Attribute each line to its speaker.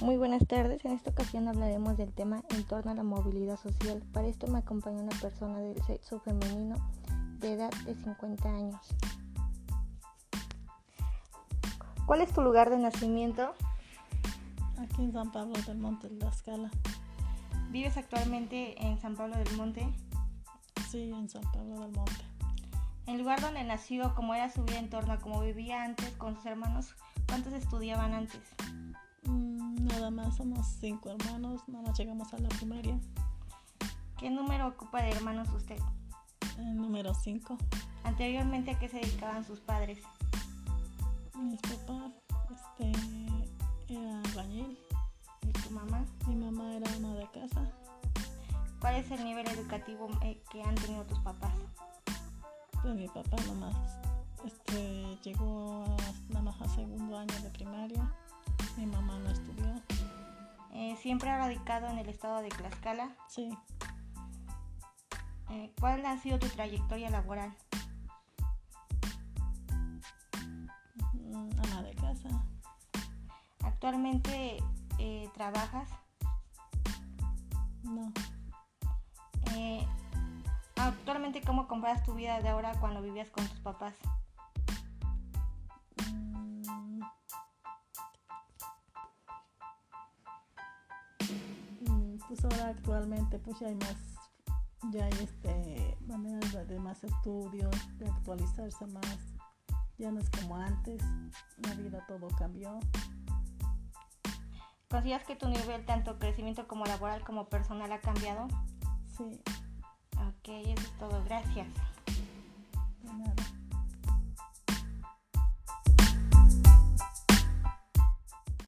Speaker 1: Muy buenas tardes, en esta ocasión hablaremos del tema en torno a la movilidad social. Para esto me acompaña una persona del sexo femenino de edad de 50 años. ¿Cuál es tu lugar de nacimiento?
Speaker 2: Aquí en San Pablo del Monte, en Tlaxcala.
Speaker 1: ¿Vives actualmente en San Pablo del Monte?
Speaker 2: Sí, en San Pablo del Monte.
Speaker 1: El lugar donde nació, cómo era su vida en torno a cómo vivía antes con sus hermanos, ¿cuántos estudiaban antes?
Speaker 2: Mm, nada más somos cinco hermanos, nada más llegamos a la primaria.
Speaker 1: ¿Qué número ocupa de hermanos usted?
Speaker 2: El número cinco.
Speaker 1: Anteriormente, ¿a qué se dedicaban sus padres?
Speaker 2: Mi papá este, era albañil,
Speaker 1: ¿Y tu mamá?
Speaker 2: mi mamá era ama de casa.
Speaker 1: ¿Cuál es el nivel educativo eh, que han tenido tus papás?
Speaker 2: Pues mi papá nomás este, llegó a, nada más a segundo año de primaria. Mi mamá no estudió.
Speaker 1: Eh, ¿Siempre ha radicado en el estado de Tlaxcala?
Speaker 2: Sí,
Speaker 1: Eh, ¿Cuál ha sido tu trayectoria laboral?
Speaker 2: mm, ama de casa.
Speaker 1: ¿Actualmente eh, trabajas?
Speaker 2: No,
Speaker 1: Eh, ¿Actualmente cómo comparas tu vida de ahora cuando vivías con tus papás?
Speaker 2: Mm. Mm, Pues ahora actualmente pues ya hay más, ya hay este, maneras de- de más estudios, de actualizarse más, ya no es como antes, la vida todo cambió.
Speaker 1: ¿Consideras que tu nivel, tanto crecimiento como laboral como personal, ha cambiado?
Speaker 2: Sí,
Speaker 1: Ok, eso es todo. Gracias.